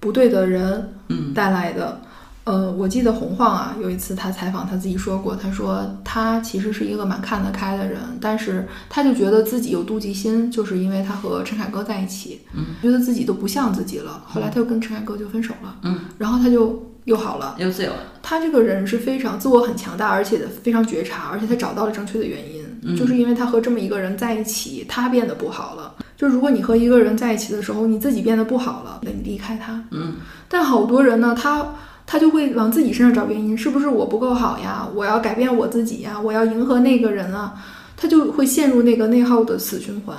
Speaker 2: 不对的人，
Speaker 1: 嗯，
Speaker 2: 带来的。呃，我记得洪晃啊，有一次他采访他自己说过，他说他其实是一个蛮看得开的人，但是他就觉得自己有妒忌心，就是因为他和陈凯歌在一起，
Speaker 1: 嗯，
Speaker 2: 觉得自己都不像自己了。后来他又跟陈凯歌就分手了，
Speaker 1: 嗯，
Speaker 2: 然后他就又好了。
Speaker 1: 又自由了，
Speaker 2: 他这个人是非常自我很强大，而且非常觉察，而且他找到了正确的原因，
Speaker 1: 嗯
Speaker 2: 就是因为他和这么一个人在一起，他变得不好了。就如果你和一个人在一起的时候，你自己变得不好了，那你离开他。
Speaker 1: 嗯，
Speaker 2: 但好多人呢，他他就会往自己身上找原因，是不是我不够好呀？我要改变我自己呀？我要迎合那个人啊？他就会陷入那个内耗的死循环。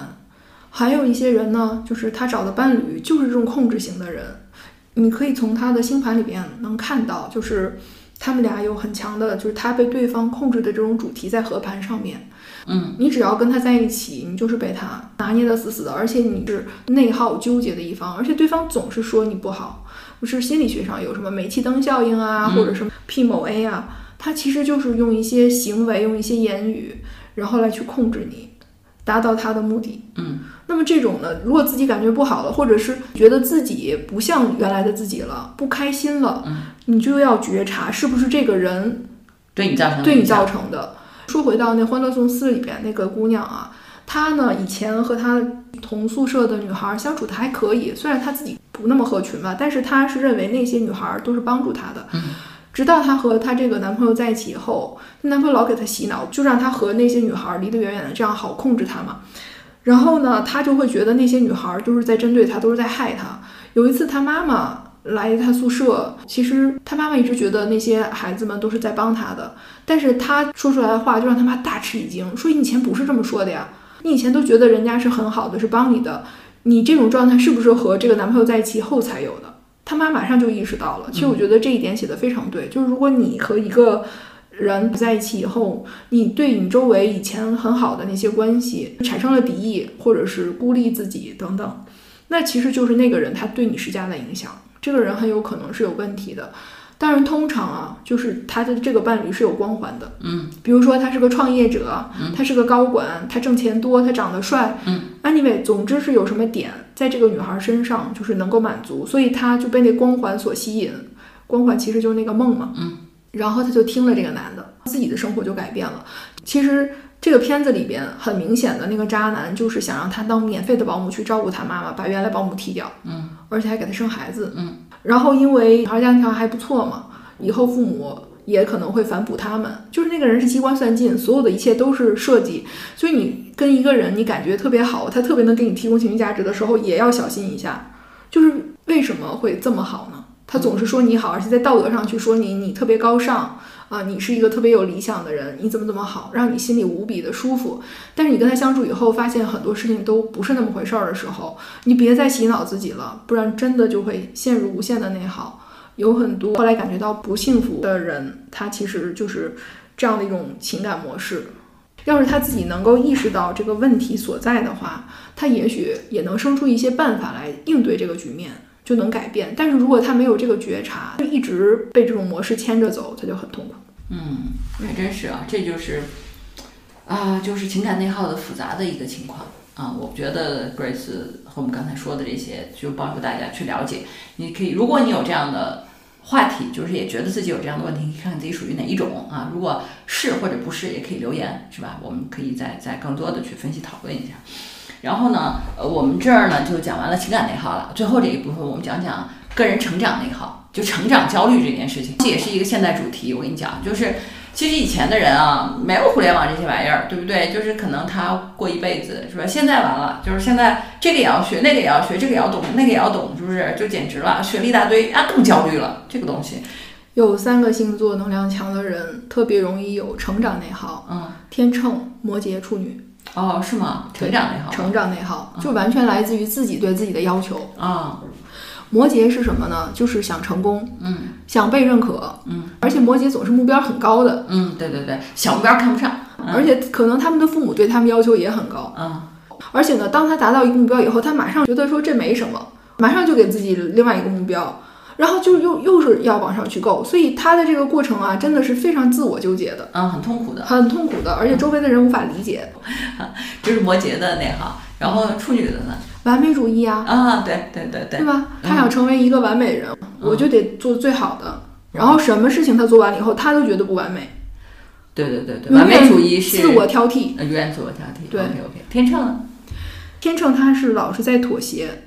Speaker 2: 还有一些人呢，就是他找的伴侣就是这种控制型的人，你可以从他的星盘里边能看到，就是他们俩有很强的，就是他被对方控制的这种主题在合盘上面。
Speaker 1: 嗯，
Speaker 2: 你只要跟他在一起，你就是被他拿捏的死死的，而且你是内耗纠结的一方，而且对方总是说你不好，不是心理学上有什么煤气灯效应啊，
Speaker 1: 嗯
Speaker 2: 或者什么 P 某 A 啊，他其实就是用一些行为，用一些言语，然后来去控制你，达到他的目的。
Speaker 1: 嗯，
Speaker 2: 那么这种呢，如果自己感觉不好了，或者是觉得自己不像原来的自己了，不开心了，
Speaker 1: 嗯
Speaker 2: 你就要觉察是不是这个人
Speaker 1: 对你造成的
Speaker 2: 对你
Speaker 1: 影响
Speaker 2: 造成的。说回到那《欢乐颂四》里边那个姑娘啊，她呢以前和她同宿舍的女孩相处的还可以，虽然她自己不那么合群吧，但是她是认为那些女孩都是帮助她的。
Speaker 1: 嗯
Speaker 2: 直到她和她这个男朋友在一起以后，她男朋友老给她洗脑，就让她和那些女孩离得远远的，这样好控制她嘛。然后呢，她就会觉得那些女孩都是在针对她，都是在害她。有一次，她妈妈来她宿舍，其实她妈妈一直觉得那些孩子们都是在帮她的，但是他说出来的话就让他妈大吃一惊，说你以前不是这么说的呀，你以前都觉得人家是很好的，是帮你的，你这种状态是不是和这个男朋友在一起后才有的？他妈马上就意识到了。其实我觉得这一点写的非常对，就是如果你和一个人在一起以后，你对你周围以前很好的那些关系产生了敌意，或者是孤立自己等等，那其实就是那个人他对你施加的影响，这个人很有可能是有问题的。当然，通常啊，就是他的这个伴侣是有光环的，
Speaker 1: 嗯，
Speaker 2: 比如说他是个创业者，他是个高管，他挣钱多，他长得帅，
Speaker 1: 嗯
Speaker 2: ，anyway，总之是有什么点在这个女孩身上就是能够满足，所以他就被那光环所吸引，光环其实就是那个梦嘛，
Speaker 1: 嗯，
Speaker 2: 然后他就听了这个男的，自己的生活就改变了。其实这个片子里边很明显的那个渣男就是想让他当免费的保姆去照顾他妈妈，把原来保姆踢掉，
Speaker 1: 嗯，
Speaker 2: 而且还给他生孩子，
Speaker 1: 嗯，
Speaker 2: 然后因为女孩家庭条件还不错嘛，以后父母也可能会反哺他们，就是那个人是机关算尽，所有的一切都是设计。所以你跟一个人你感觉特别好，他特别能给你提供情绪价值的时候，也要小心一下。就是为什么会这么好呢？他总是说你好，而且在道德上去说你，你特别高尚啊、你是一个特别有理想的人，你怎么怎么好，让你心里无比的舒服。但是你跟他相处以后，发现很多事情都不是那么回事儿的时候，你别再洗脑自己了，不然真的就会陷入无限的内耗。有很多后来感觉到不幸福的人，他其实就是这样的一种情感模式。要是他自己能够意识到这个问题所在的话，他也许也能生出一些办法来应对这个局面，就能改变。但是如果他没有这个觉察，就一直被这种模式牵着走，他就很痛苦。
Speaker 1: 嗯，也真是啊，这就是啊，就是情感内耗的复杂的一个情况啊。我觉得 Grace 和我们刚才说的这些，就帮助大家去了解。你可以，如果你有这样的话题，就是也觉得自己有这样的问题，你可以看看自己属于哪一种啊。如果是或者不是，也可以留言，是吧？我们可以再再更多的去分析讨论一下。然后呢，呃，我们这儿呢就讲完了情感内耗了，最后这一部分我们讲讲个人成长内耗，就成长焦虑这件事情，这也是一个现代主题。我跟你讲，就是其实以前的人啊，没有互联网这些玩意儿，对不对？就是可能他过一辈子是吧？现在完了，就是现在这个也要学，那个也要学，这个也要懂，那个也要懂，是不是？就简直了，学了一大堆啊，更焦虑了，这个东西，
Speaker 2: 有三个星座能量强的人，特别容易有成长内耗：
Speaker 1: 嗯，
Speaker 2: 天秤、摩羯、处女。
Speaker 1: 哦，是吗？成长内耗，
Speaker 2: 成长内耗就完全来自于自己对自己的要求。
Speaker 1: 啊，
Speaker 2: 摩羯是什么呢？就是想成功，
Speaker 1: 嗯
Speaker 2: 想被认可，
Speaker 1: 嗯，
Speaker 2: 而且摩羯总是目标很高的，
Speaker 1: 嗯，对对对，小目标看不上，
Speaker 2: 而且可能他们的父母对他们要求也很高。
Speaker 1: 嗯
Speaker 2: 而且呢，当他达到一个目标以后，他马上觉得说这没什么，马上就给自己另外一个目标，然后就又又是要往上去够，所以他的这个过程啊，真的是非常自我纠结的，
Speaker 1: 嗯，很痛苦的。
Speaker 2: 很痛苦的，而且周围的人无法理解。
Speaker 1: 这是摩羯的内耗，然后处女的呢？
Speaker 2: 完美主义啊，
Speaker 1: 啊，对对对嗯
Speaker 2: 对
Speaker 1: 对，
Speaker 2: 吧？他想成为一个完美人，我就得做最好的。然后什么事情他做完了以后，他都觉得不完美，
Speaker 1: 对对对对，
Speaker 2: 永
Speaker 1: 完美
Speaker 2: 远
Speaker 1: 主义是
Speaker 2: 嗯自我挑剔。
Speaker 1: 呃，永远自我挑剔。
Speaker 2: 对
Speaker 1: o k OK，天秤呢？
Speaker 2: 天秤他是老是在妥协，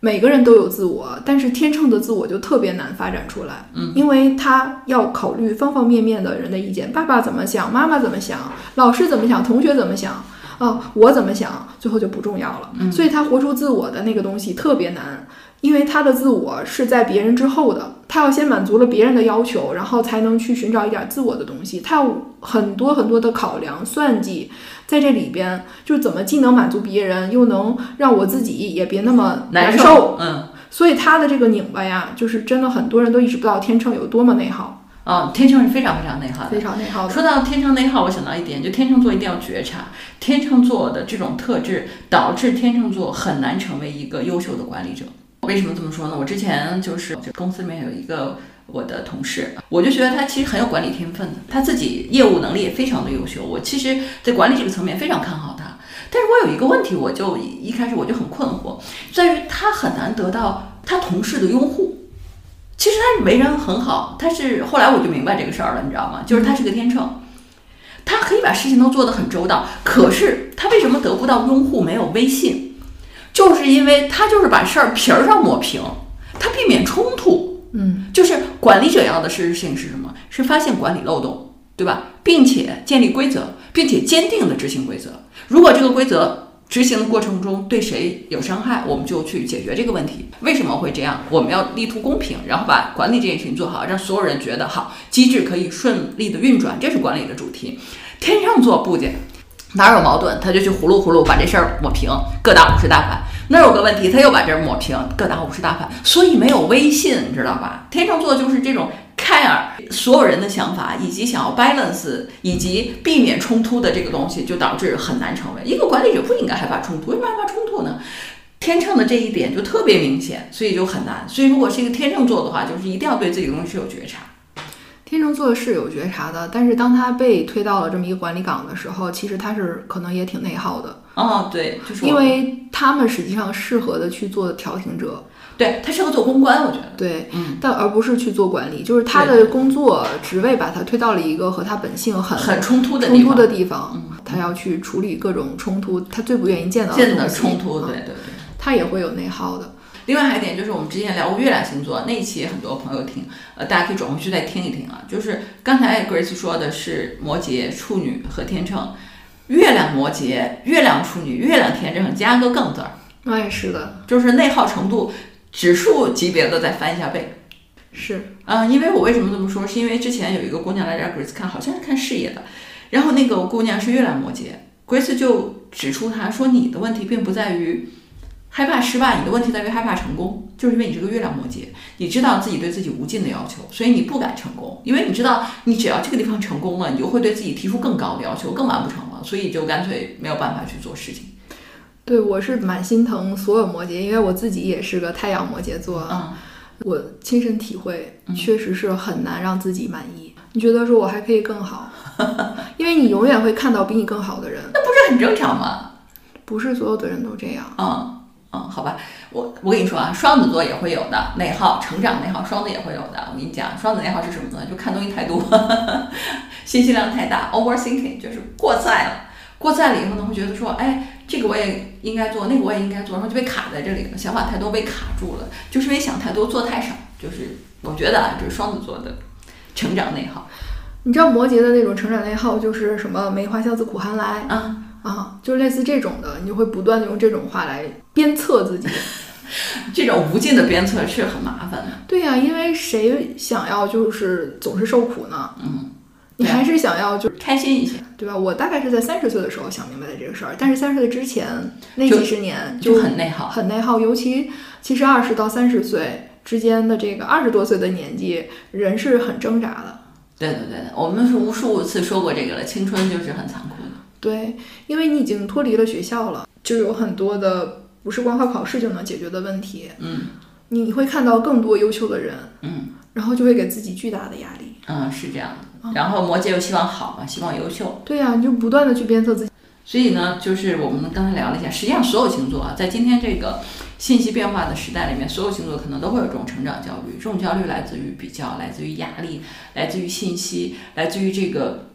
Speaker 2: 每个人都有自我，但是天秤的自我就特别难发展出来，嗯，因为他要考虑方方面面的人的意见，爸爸怎么想，妈妈怎么想，老师怎么想，同学怎么想。啊，我怎么想，最后就不重要了。所以他活出自我的那个东西特别难，因为他的自我是在别人之后的，他要先满足了别人的要求，然后才能去寻找一点自我的东西。他有很多很多的考量、算计，在这里边，就是怎么既能满足别人，又能让我自己也别那么
Speaker 1: 难
Speaker 2: 受。
Speaker 1: 嗯，
Speaker 2: 所以他的这个拧巴呀，就是真的很多人都意识不到天秤有多么内耗，
Speaker 1: 啊，天秤是非常非常内耗的
Speaker 2: 非。常内耗的。
Speaker 1: 说到天秤内耗，我想到一点，就天秤座一定要觉察，天秤座的这种特质导致天秤座很难成为一个优秀的管理者。为什么这么说呢？我之前就是就公司里面有一个我的同事，我就觉得他其实很有管理天分的，他自己业务能力也非常的优秀，我其实在管理这个层面非常看好他。但是我有一个问题，我就一开始我就很困惑，在于他很难得到他同事的拥护。其实他为人很好，他是后来我就明白这个事儿了，你知道吗？就是他是个天秤，他可以把事情都做得很周到，可是他为什么得不到拥护，没有威信？就是因为他就是把事儿皮儿上抹平，他避免冲突。
Speaker 2: 嗯，
Speaker 1: 就是管理者要的事情是什么？是发现管理漏洞，对吧？并且建立规则，并且坚定的执行规则。如果这个规则执行的过程中对谁有伤害，我们就去解决这个问题。为什么会这样？我们要力图公平，然后把管理这件事情做好，让所有人觉得好，机制可以顺利的运转，这是管理的主题。天秤座不仅哪有矛盾，他就去葫芦葫芦把这事儿抹平，各打五十大板。那有个问题，他又把这儿抹平，各打五十大板，所以没有威信，你知道吧？天秤座就是这种 care 所有人的想法，以及想要 balance，以及避免冲突的这个东西，就导致很难成为一个管理者不应该害怕冲突，为什么害怕冲突呢？天秤的这一点就特别明显，所以就很难。所以如果是一个天秤座的话，就是一定要对自己的东西是有觉察。
Speaker 2: 天秤座是有觉察的，但是当他被推到了这么一个管理岗的时候，其实他是可能也挺内耗的，
Speaker 1: 哦，对，就是我
Speaker 2: 因为他们实际上适合的去做调停者，
Speaker 1: 对他适合做公关，我觉得。
Speaker 2: 对，
Speaker 1: 嗯
Speaker 2: 但而不是去做管理，就是他
Speaker 1: 对
Speaker 2: 的工作职位把他推到了一个和他本性很
Speaker 1: 很冲突的地
Speaker 2: 冲突
Speaker 1: 方，嗯
Speaker 2: 的地方，他要去处理各种冲突，他最不愿意见到
Speaker 1: 见
Speaker 2: 的
Speaker 1: 的
Speaker 2: 东西
Speaker 1: 冲突，
Speaker 2: 啊
Speaker 1: 对对对。
Speaker 2: 他也会有内耗的。
Speaker 1: 另外还有一点就是，我们之前聊过月亮星座那一期，很多朋友听，呃，大家可以转回去再听一听啊。就是刚才 Grace 说的是摩羯、处女和天秤，月亮摩羯、月亮处女、月亮天秤，加个更字儿，
Speaker 2: 哎，是的，
Speaker 1: 就是内耗程度指数级别的再翻一下倍。
Speaker 2: 是，
Speaker 1: 嗯，因为我为什么这么说，是因为之前有一个姑娘来这儿 Grace 看，好像是看事业的，然后那个姑娘是月亮摩羯，Grace 就指出她说你的问题并不在于害怕失败，你的问题在于害怕成功，就是因为你是个月亮摩羯，你知道自己对自己无尽的要求，所以你不敢成功，因为你知道你只要这个地方成功了，你就会对自己提出更高的要求，更完不成了，所以就干脆没有办法去做事情。
Speaker 2: 对我是蛮心疼所有摩羯，因为我自己也是个太阳摩羯座啊。
Speaker 1: 嗯，
Speaker 2: 我亲身体会，确实是很难让自己满意。你觉得说我还可以更好， 因为你永远会看到比你更好的人，
Speaker 1: 那不是很正常吗？
Speaker 2: 不是所有的人都这样。
Speaker 1: 嗯，嗯，好吧，我我跟你说啊，双子座也会有的内耗，成长内耗，双子也会有的。我跟你讲，双子内耗是什么呢？就看东西太多， 信息量太大，overthinking，就是过载了。过载了以后呢，会觉得说，哎，这个我也应该做，那个我也应该做，然后就被卡在这里了，想法太多被卡住了，就是因为想太多，做太少。就是我觉得啊，这是双子座的成长内耗
Speaker 2: 你知道摩羯的那种成长内耗就是什么“梅花香自苦寒来
Speaker 1: 啊。”
Speaker 2: 啊，就类似这种的，你就会不断的用这种话来鞭策自己。
Speaker 1: 这种无尽的鞭策是很麻烦的。
Speaker 2: 对呀、因为谁想要就是总是受苦呢？
Speaker 1: 嗯，
Speaker 2: 你还是想要就
Speaker 1: 开心一些，
Speaker 2: 对吧？我大概是在三十岁的时候想明白的这个事儿，但是三十岁之前那
Speaker 1: 就
Speaker 2: 几十年
Speaker 1: 就很内耗。
Speaker 2: 很内耗，尤其其实二十到三十岁之间的这个二十多岁的年纪，人是很挣扎的。
Speaker 1: 对对对，我们是无数次说过这个了，青春就是很残酷的。
Speaker 2: 对，因为你已经脱离了学校了，就有很多的不是光靠考试就能解决的问题。
Speaker 1: 嗯
Speaker 2: 你你会看到更多优秀的人，
Speaker 1: 嗯
Speaker 2: 然后就会给自己巨大的压力。
Speaker 1: 嗯，是这样的。然后摩羯又希望好嘛，希望优秀，
Speaker 2: 对呀、你就不断的去鞭策自己。
Speaker 1: 所以呢，就是我们刚才聊了一下，实际上所有星座啊，在今天这个信息变化的时代里面，所有星座可能都会有这种成长焦虑，这种焦虑来自于比较，来自于压力，来自于信息，来自于这个。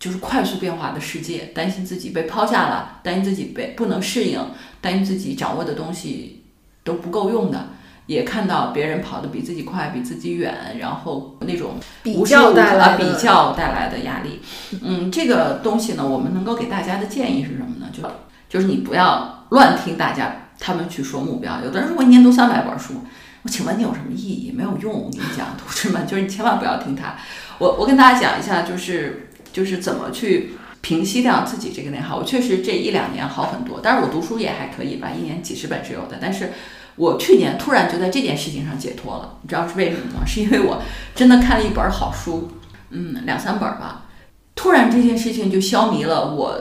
Speaker 1: 就是快速变化的世界，担心自己被抛下了，担心自己被不能适应，担心自己掌握的东西都不够用的，也看到别人跑得比自己快，比自己远，然后那种
Speaker 2: 比
Speaker 1: 无时
Speaker 2: 较
Speaker 1: 无刻
Speaker 2: 带
Speaker 1: 啊
Speaker 2: 来的
Speaker 1: 比较带来的压力。嗯，这个东西呢，我们能够给大家的建议是什么呢？就就是你不要乱听大家他们去说目标。有的人说我一年读三百本书，我请问你有什么意义？没有用。我跟你讲， 同志们，就是你千万不要听他。我我跟大家讲一下，就是就是怎么去。平息掉自己这个内耗，我确实这一两年好很多，但是我读书也还可以吧，一年几十本是有的，但是我去年突然就在这件事情上解脱了，你知道是为什么吗？是因为我真的看了一本好书，嗯，两三本儿吧。突然这件事情就消弭了我，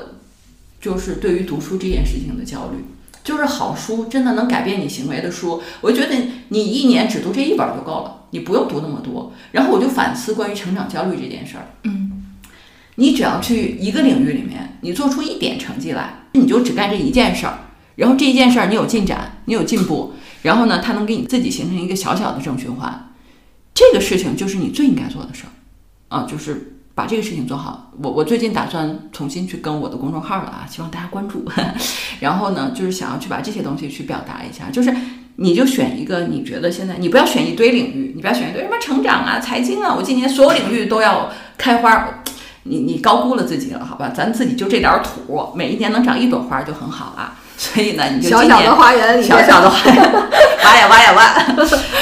Speaker 1: 就是对于读书这件事情的焦虑。就是好书真的能改变你行为的书，我觉得你一年只读这一本儿就够了，你不用读那么多。然后我就反思关于成长焦虑这件事儿。
Speaker 2: 嗯，
Speaker 1: 你只要去一个领域里面，你做出一点成绩来，你就只干这一件事儿，然后这一件事儿你有进展，你有进步，然后呢，它能给你自己形成一个小小的正循环，这个事情就是你最应该做的事儿啊，就是把这个事情做好。我我最近打算重新去跟我的公众号了啊，希望大家关注。 然后呢，就是想要去把这些东西去表达一下，就是你就选一个你觉得现在你不要选一堆领域，你不要选一堆什么成长啊、财经啊，我今年所有领域都要开花儿。你你高估了自己了，好吧？咱自己就这点儿土，每一年能长一朵花就很好了。所以呢，你就
Speaker 2: 小
Speaker 1: 今
Speaker 2: 小
Speaker 1: 年
Speaker 2: 的花园里，
Speaker 1: 小小的花，挖呀挖呀挖，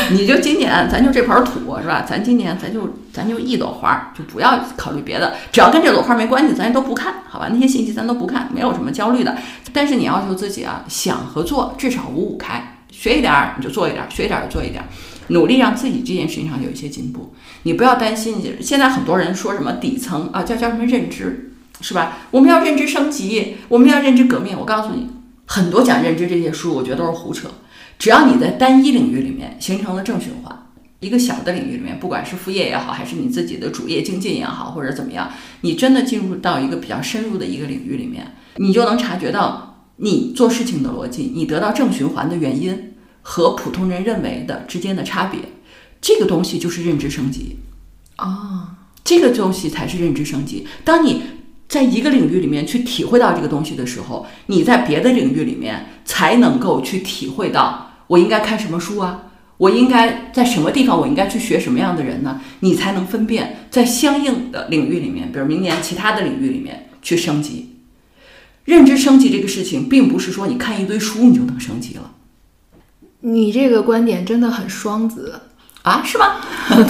Speaker 1: 你就今年咱就这盆土是吧？咱今年咱就咱就一朵花，就不要考虑别的，只要跟这朵花没关系，咱都不看，好吧？那些信息咱都不看，没有什么焦虑的。但是你要求自己啊，想和做至少五五开，学一点儿你就做一点儿，学一点儿就做一点儿。努力让自己这件事情上有一些进步，你不要担心。现在很多人说什么底层啊，叫叫什么认知，是吧？我们要认知升级，我们要认知革命。我告诉你，很多讲认知这些书，我觉得都是胡扯。只要你在单一领域里面形成了正循环，一个小的领域里面，不管是副业也好，还是你自己的主业精进也好，或者怎么样，你真的进入到一个比较深入的一个领域里面，你就能察觉到你做事情的逻辑，你得到正循环的原因和普通人认为的之间的差别。这个东西就是认知升级。
Speaker 2: 啊，
Speaker 1: 这个东西才是认知升级。当你在一个领域里面去体会到这个东西的时候，你在别的领域里面才能够去体会到我应该看什么书啊，我应该在什么地方，我应该去学什么样的人呢？你才能分辨在相应的领域里面，比如明年其他的领域里面去升级。认知升级这个事情，并不是说你看一堆书你就能升级了。
Speaker 2: 你这个观点真的很双子，
Speaker 1: 啊，是吗？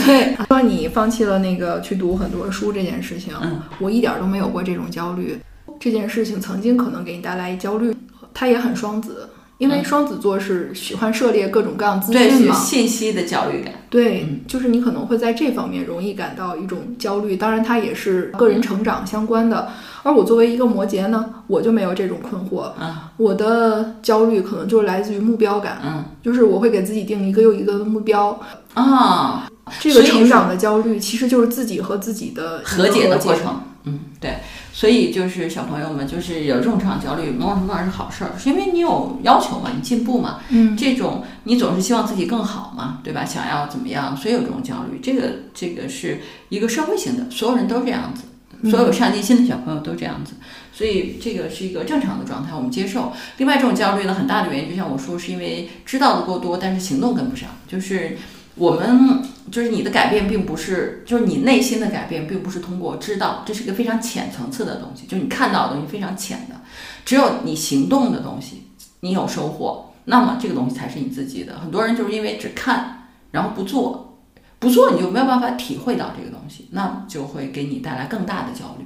Speaker 2: 对，说你放弃了那个去读很多书这件事情，
Speaker 1: 嗯
Speaker 2: 我一点儿都没有过这种焦虑。这件事情曾经可能给你带来焦虑，它也很双子，因为
Speaker 1: 嗯
Speaker 2: 双子座是喜欢涉猎各种各样资
Speaker 1: 对，
Speaker 2: 讯
Speaker 1: 是嗯
Speaker 2: 嘛。
Speaker 1: 信息的焦虑感。
Speaker 2: 对，就是你可能会在这方面容易感到一种焦虑，当然它也是个人成长相
Speaker 1: 嗯
Speaker 2: 关的。而我作为一个摩羯呢，我就没有这种困惑，
Speaker 1: 嗯
Speaker 2: 我的焦虑可能就是来自于目标感，
Speaker 1: 嗯
Speaker 2: 就是我会给自己定一个又一个的目标，
Speaker 1: 哦，
Speaker 2: 这
Speaker 1: 所
Speaker 2: 个
Speaker 1: 以
Speaker 2: 成长的焦虑其实就是自己和自己的一个
Speaker 1: 和解的过。程。嗯，对，所以就是小朋友们，就是有这种成长焦虑，某种程度上是好事儿，是因为你有要求嘛，你进步嘛，
Speaker 2: 嗯，
Speaker 1: 这种你总是希望自己更好嘛，对吧？想要怎么样，所以有这种焦虑，这个这个是一个社会性的，所有人都这样子。所有上进心的小朋友都这样子，所以这个是一个正常的状态，我们接受。另外，这种焦虑呢，很大的原因就像我说，是因为知道的够多，但是行动跟不上。就是我们，就是你的改变，并不是，就是你内心的改变，并不是通过知道，这是一个非常浅层次的东西，就是你看到的东西非常浅的。只有你行动的东西，你有收获，那么这个东西才是你自己的。很多人就是因为只看，然后不做，不做你就没有办法体会到这个东西，那就会给你带来更大的焦虑。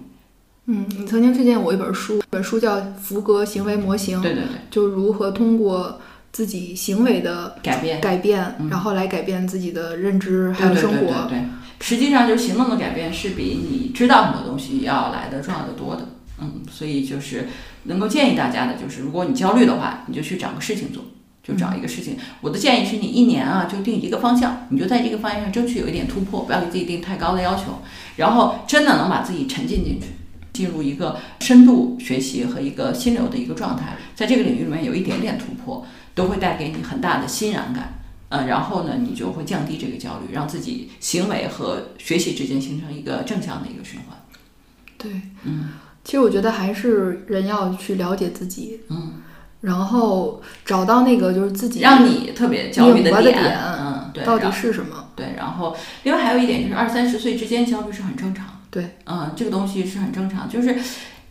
Speaker 2: 嗯，你曾经推荐我一本书，本书叫《福格行为模型》，
Speaker 1: 对对对，
Speaker 2: 就如何通过自己行为的
Speaker 1: 改变。
Speaker 2: 改变，
Speaker 1: 嗯
Speaker 2: 然后来改变自己的认知还有
Speaker 1: 对
Speaker 2: 生
Speaker 1: 对
Speaker 2: 活。
Speaker 1: 对对对，实际上就是行动的改变是比你知道很多东西要来的重要的多的。嗯，所以就是能够建议大家的，就是如果你焦虑的话，你就去找个事情做，就找一个事情。我的建议是你一年啊，就定一个方向，你就在这个方向上争取有一点突破，不要给自己定太高的要求，然后真的能把自己沉浸进去。进入一个深度学习和一个心流的一个状态，在这个领域里面有一点点突破，都会带给你很大的欣然感。呃，然后呢，你就会降低这个焦虑，让自己行为和学习之间形成一个正向的一个循环。
Speaker 2: 对，嗯，其实我觉得还是人要去了解自己，
Speaker 1: 嗯，
Speaker 2: 然后找到那个就是自己
Speaker 1: 让你特别焦虑
Speaker 2: 拧巴
Speaker 1: 点，
Speaker 2: 的点
Speaker 1: 嗯，对，
Speaker 2: 到底
Speaker 1: 然
Speaker 2: 是什么。
Speaker 1: 对，然后另外还有一点就是二三十岁之间焦虑是很正常的。
Speaker 2: 对，
Speaker 1: 嗯，这个东西是很正常，就是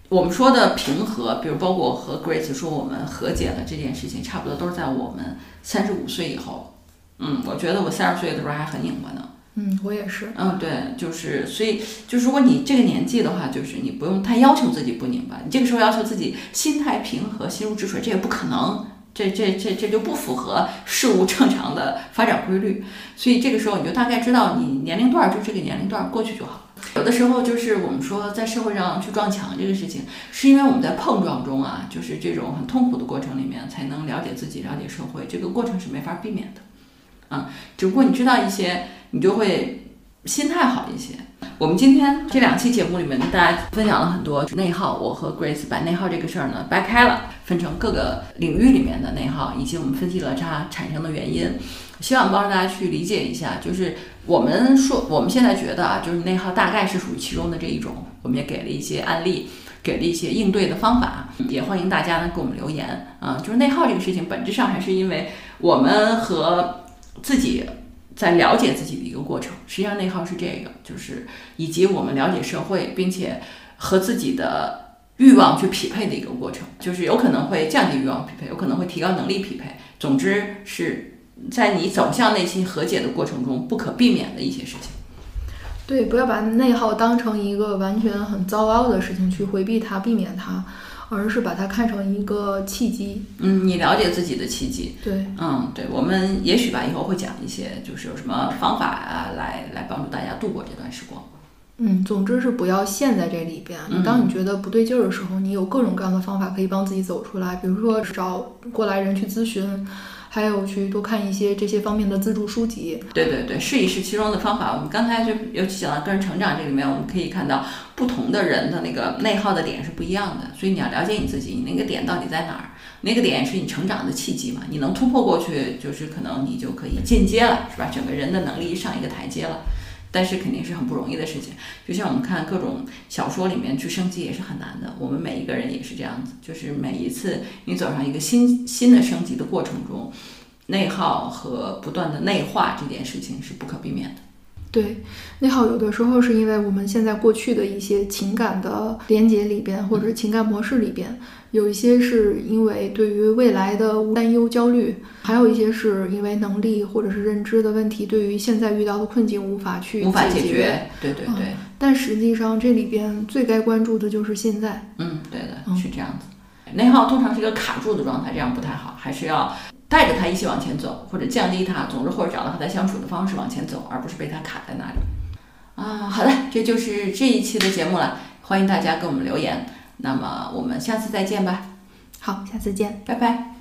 Speaker 1: 我们说的平和，比如包括我和 Grace 说我们和解了这件事情，差不多都是在我们三十五岁以后。嗯，我觉得我三十岁的时候还很拧巴呢。
Speaker 2: 嗯，我也是。
Speaker 1: 嗯，对，就是，所以就是，如果你这个年纪的话，就是你不用太要求自己不拧巴，你这个时候要求自己心态平和、心如止水，这也不可能，这这这这就不符合事物正常的发展规律。所以这个时候你就大概知道你年龄段儿就这个年龄段儿过去就好了。有的时候就是我们说在社会上去撞墙这个事情，是因为我们在碰撞中啊，就是这种很痛苦的过程里面，才能了解自己、了解社会，这个过程是没法避免的。嗯，只不过你知道一些，你就会心态好一些。我们今天这两期节目里面跟大家分享了很多内耗，我和 Grace 把内耗这个事儿呢掰开了，分成各个领域里面的内耗，以及我们分析了它产生的原因，希望帮助大家去理解一下。就是我们说我们现在觉得啊，就是内耗大概是属于其中的这一种，我们也给了一些案例。给了一些应对的方法，也欢迎大家呢给我们留言啊。就是内耗这个事情，本质上还是因为我们和自己在了解自己的一个过程。实际上，内耗是这个，就是以及我们了解社会，并且和自己的欲望去匹配的一个过程，就是有可能会降低欲望匹配，有可能会提高能力匹配。总之是在你走向内心和解的过程中不可避免的一些事情。
Speaker 2: 对，不要把内耗当成一个完全很糟糕的事情去回避它、避免它，而是把它看成一个契机。
Speaker 1: 嗯，你了解自己的契机，
Speaker 2: 对，
Speaker 1: 嗯，对，我们也许吧，以后会讲一些，就是有什么方法啊，来来帮助大家度过这段时光。
Speaker 2: 嗯，总之是不要陷在这里边。
Speaker 1: 嗯
Speaker 2: 当你觉得不对劲儿的时候，你有各种各样的方法可以帮自己走出来，比如说找过来人去咨询，还有去多看一些这些方面的自助书籍。
Speaker 1: 对对对，试一试其中的方法。我们刚才就尤其讲到个人成长这里面，我们可以看到不同的人的那个内耗的点是不一样的，所以你要了解你自己，你那个点到底在哪儿？那个点是你成长的契机嘛？你能突破过去，就是可能你就可以进阶了，是吧？整个人的能力上一个台阶了。但是肯定是很不容易的事情，就像我们看各种小说里面去升级也是很难的。我们每一个人也是这样子，就是每一次你走上一个新新的升级的过程中，内耗和不断的内化这件事情是不可避免的。
Speaker 2: 对，内耗有的时候是因为我们现在过去的一些情感的连接里边，
Speaker 1: 嗯
Speaker 2: 或者情感模式里边，有一些是因为对于未来的担忧、焦虑，还有一些是因为能力或者是认知的问题，对于现在遇到的困境无法去
Speaker 1: 无法
Speaker 2: 解嗯
Speaker 1: 解决，对对对，
Speaker 2: 但实际上，这里边最该关注的就是现在。
Speaker 1: 嗯，对的，
Speaker 2: 嗯
Speaker 1: 是这样子。内耗通常是一个卡住的状态，这样不太好，还是要带着他一起往前走，或者降低他，总之或者找到和他相处的方式往前走，而不是被他卡在那里。啊，好的，这就是这一期的节目了，欢迎大家给我们留言。那么我们下次再见吧，
Speaker 2: 好，下次见。
Speaker 1: 拜拜。